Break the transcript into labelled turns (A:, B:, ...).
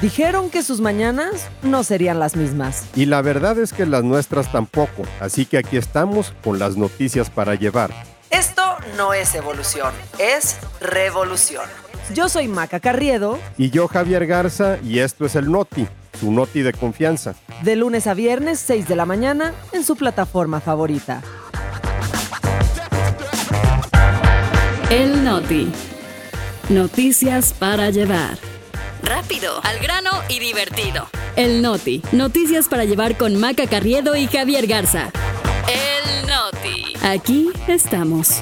A: Dijeron que sus mañanas no serían las mismas.
B: Y la verdad es que las nuestras tampoco, así que aquí estamos con las noticias para llevar.
C: Esto no es evolución, es revolución.
A: Yo soy Maca Carriedo,
B: Y yo Javier Garza y esto es el Noti, su Noti de confianza.
A: de lunes a viernes, 6 de la mañana, en su plataforma favorita.
D: El Noti. Noticias para llevar. Rápido, al grano y divertido. El Noti. Noticias para llevar con Maca Carriedo y Javier Garza. El Noti. Aquí estamos.